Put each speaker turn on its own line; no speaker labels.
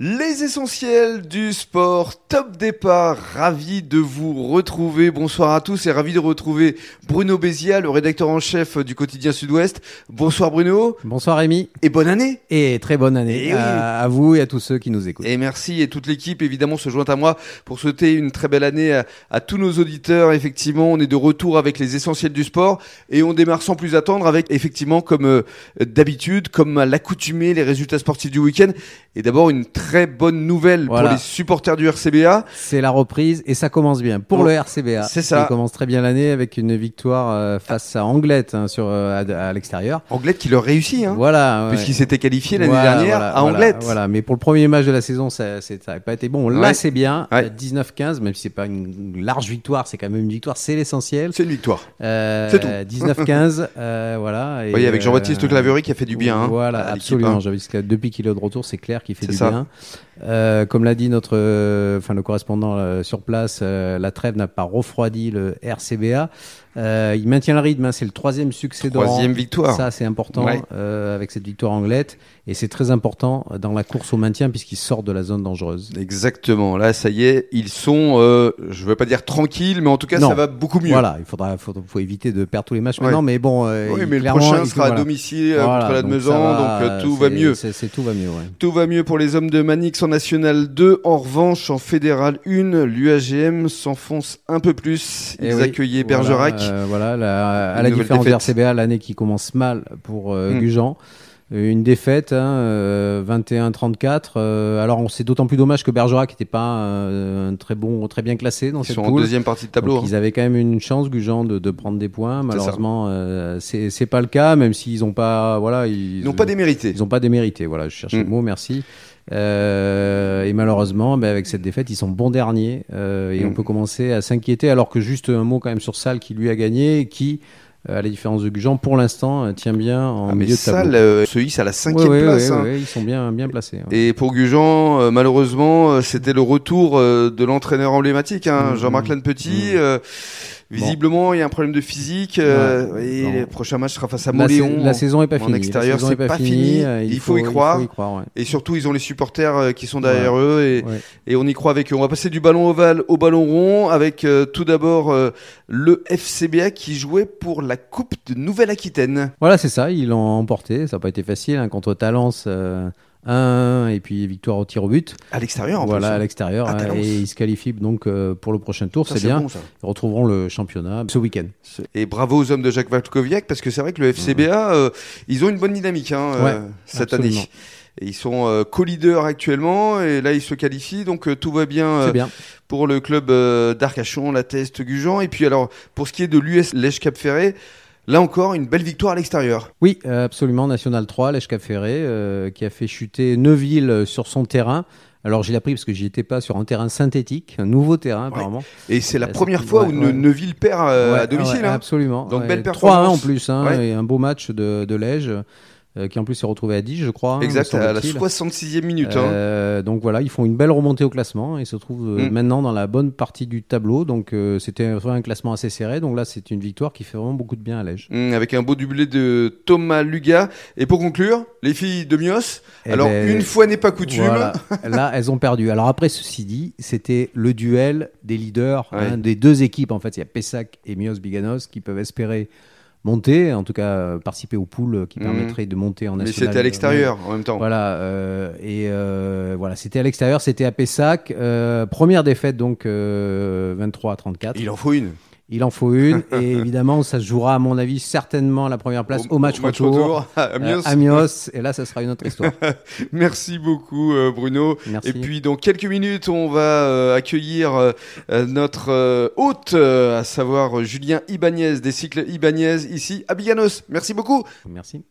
Les essentiels du sport, top départ, ravi de vous retrouver. Bonsoir à tous et ravi de retrouver Bruno Bézia, le rédacteur en chef du quotidien Sud-Ouest. Bonsoir Bruno
Bonsoir Rémi
et bonne année.
et très bonne année
Et oui.
à, à vous et à tous ceux qui nous écoutent.
Et merci et toute l'équipe évidemment se joint à moi pour souhaiter une très belle année à, à tous nos auditeurs. Effectivement, on est de retour avec les essentiels du sport et on démarre sans plus attendre avec effectivement comme euh, d'habitude, comme à l'accoutumée, les résultats sportifs du week-end. Et d'abord une très bonne nouvelle
Voilà.
pour les supporters du RCBA.
C'est la reprise et ça commence bien pour
Oh,
le RCBA.
c'est ça.
Il commence très bien l'année avec une victoire euh, face à Anglette hein, sur, euh, à, à l'extérieur.
Anglette qui leur réussit, hein,
Voilà. ouais.
puisqu'il s'était qualifié l'année
Voilà,
dernière
voilà,
à
voilà,
Anglette.
Voilà, mais pour le premier match de la saison, ça n'a pas été bon. Là,
Ouais.
c'est bien.
Ouais.
Euh, 19-15, même si c'est pas une large victoire, c'est quand même une victoire, c'est l'essentiel.
C'est une victoire.
Euh,
C'est tout.
19-15, euh, voilà. et,
Vous voyez, avec Jean-Baptiste
euh,
Claverie qui a fait du bien. hein,
voilà,
à l'équipe,
absolument.
hein.
Jean-Baptiste Claverie, depuis qu'il est de retour, c'est clair qu'il fait
C'est
du
ça.
bien. Euh, comme l'a dit notre, euh, enfin le correspondant euh, sur place, euh, la trêve n'a pas refroidi le RCBA. Euh, il maintient le rythme. hein, c'est le troisième succès de
Troisième
rang.
victoire.
Ça, c'est important
Ouais.
euh, avec cette victoire anglaise, et c'est très important dans la course au maintien puisqu'il sort de la zone dangereuse.
Exactement. Là, ça y est, ils sont, euh, je veux pas dire tranquilles, mais en tout cas,
Non.
ça va beaucoup mieux.
Voilà, il faudra, faut, faut éviter de perdre tous les matchs
Ouais.
maintenant, mais bon, euh,
Oui,
il-
mais le
clairement,
prochain
il-
sera à
voilà.
domicile euh,
Voilà,
contre la
donc ça
Maison, donc
va,
euh, tout
c'est-
va mieux.
c'est- c'est- tout va mieux, ouais.
Tout va mieux pour les hommes de Manix en National 2. En revanche, en Fédéral 1, l'UAGM s'enfonce un peu plus. Ils
Eh oui,
accueillaient
voilà,
Bergerac.
euh, Voilà, la-
Une
à la
nouvelle
différence
défaite.
du RCBA, l'année qui commence mal pour euh,
Mm.
Gujan. Une défaite, hein, euh, 21-34. euh, alors, on- c'est d'autant plus dommage que Bergerac n'était pas euh, un très bon, très bien classé dans
Ils
cette
sont en
poule.
deuxième partie de tableau.
Donc,
hein.
ils avaient quand même une chance, Gujan, de, de prendre des points.
ça.
Malheureusement, euh, c'est c'est pas le cas, même s'ils n'ont pas, voilà, ils
Ils n'ont pas démérité.
ils n'ont pas démérité. Voilà, je cherchais
Mm.
le mot, merci. Euh, et malheureusement, ben, avec cette défaite, ils sont bons derniers euh, et
Mm.
on peut commencer à s'inquiéter. Alors que juste un mot quand même sur Salle qui lui a gagné et qui, euh, à la différence de Gujan, pour l'instant euh, tient bien en
Ah, mais
milieu de
ça,
tableau.
le- se hisse à la cinquième
Ouais, ouais,
place.
ouais,
hein.
ouais, ils sont bien, bien placés. ouais.
Et pour Gujan, euh, malheureusement, euh, c'était le retour euh, de l'entraîneur emblématique, hein,
Mhm.
Jean-Marc Lannepetit.
Mhm.
euh, visiblement, il y a un problème de physique. euh,
Ouais,
et
non.
le prochain match sera face à
la, sa-
Moléon.
la saison est pas
en
finie. La
extérieur,
saison
c'est
est
pas fini,
euh,
il faut y croire.
Il faut y croire. ouais.
Et surtout, ils ont les supporters euh, qui sont derrière eux et,
Ouais.
et on y croit avec eux. On va passer du ballon ovale au ballon rond avec euh, tout d'abord euh, le FCBA qui jouait pour la Coupe de Nouvelle-Aquitaine.
Voilà, c'est ça, ils l'ont emporté. Ça n'a pas été facile hein, contre Talence. euh, 1-1 et puis victoire au tir au but.
À l'extérieur, en
voilà, à
plus.
l'extérieur.
Ah,
hein,
Talence.
et ils se qualifient donc euh, pour le prochain tour,
Ça,
c'est bien.
bon, ça.
Ils retrouveront le championnat ce week-end.
Et bravo aux hommes de Jacques Valkoviak parce que c'est vrai que
Mm-hmm.
le FCBA, euh, ils ont une bonne dynamique hein, euh, cette
absolument.
année. Et ils sont euh, co-leaders actuellement et là ils se qualifient donc euh, tout va bien euh,
C'est bien.
pour le club euh, d'Arcachon, la Teste, Gujan. Et puis alors pour ce qui est de l'US Lèche Cap Ferré, là encore une belle victoire à l'extérieur.
Oui, euh, absolument. National 3, Lèche Caféré, euh, qui a fait chuter Neuville euh, sur son terrain. Alors, j'ai appris parce que j'y étais pas sur un terrain synthétique, un nouveau terrain apparemment.
Et c'est la
Ouais,
première
c'est-
fois
ouais,
où
ouais.
Ne- Neuville perd euh,
Ouais,
à domicile.
ouais,
hein.
Absolument.
Donc,
Ouais,
belle
3-1 en
performance.
plus, hein,
Ouais.
et un beau match de, de Lège, euh, qui en plus s'est retrouvé à 10, je crois. hein,
Exact,
me
à la
semble-t-il.
66e minute. hein.
Euh, donc voilà, ils font une belle remontée au classement et se trouvent euh,
Mm.
maintenant dans la bonne partie du tableau. Donc euh, c'était vraiment un classement assez serré. Donc là, c'est une victoire qui fait vraiment beaucoup de bien à Lège.
Hum, Avec un beau doublé de Thomas Luga. Et pour conclure, les filles de Mios.
Eh
alors,
ben,
une fois n'est pas coutume.
Voilà. Là, elles ont perdu. Alors après, ceci dit, c'était le duel des leaders
Ouais.
hein, des deux équipes. En fait, il y a Pessac et Mios Biganos qui peuvent espérer monter, en tout cas euh, participer aux poules euh, qui
Mhm.
permettraient de monter en
Mais
national. euh,
c'était à l'extérieur en même temps.
Voilà, euh, et euh, voilà, c'était à l'extérieur, c'était à Pessac. Euh, première défaite donc euh, 23 à 34.
Il en faut une.
Il en faut une, et évidemment, ça se jouera à mon avis certainement la première place au, match retour.
à Mios.
euh, à Mios, et là, ça sera une autre histoire.
Merci beaucoup, euh, Bruno.
Merci.
Et puis, dans quelques minutes, on va euh, accueillir euh, euh, notre euh, hôte, euh, à savoir Julien Ibanez, des cycles Ibanez, ici à Biganos. Merci beaucoup.
Merci.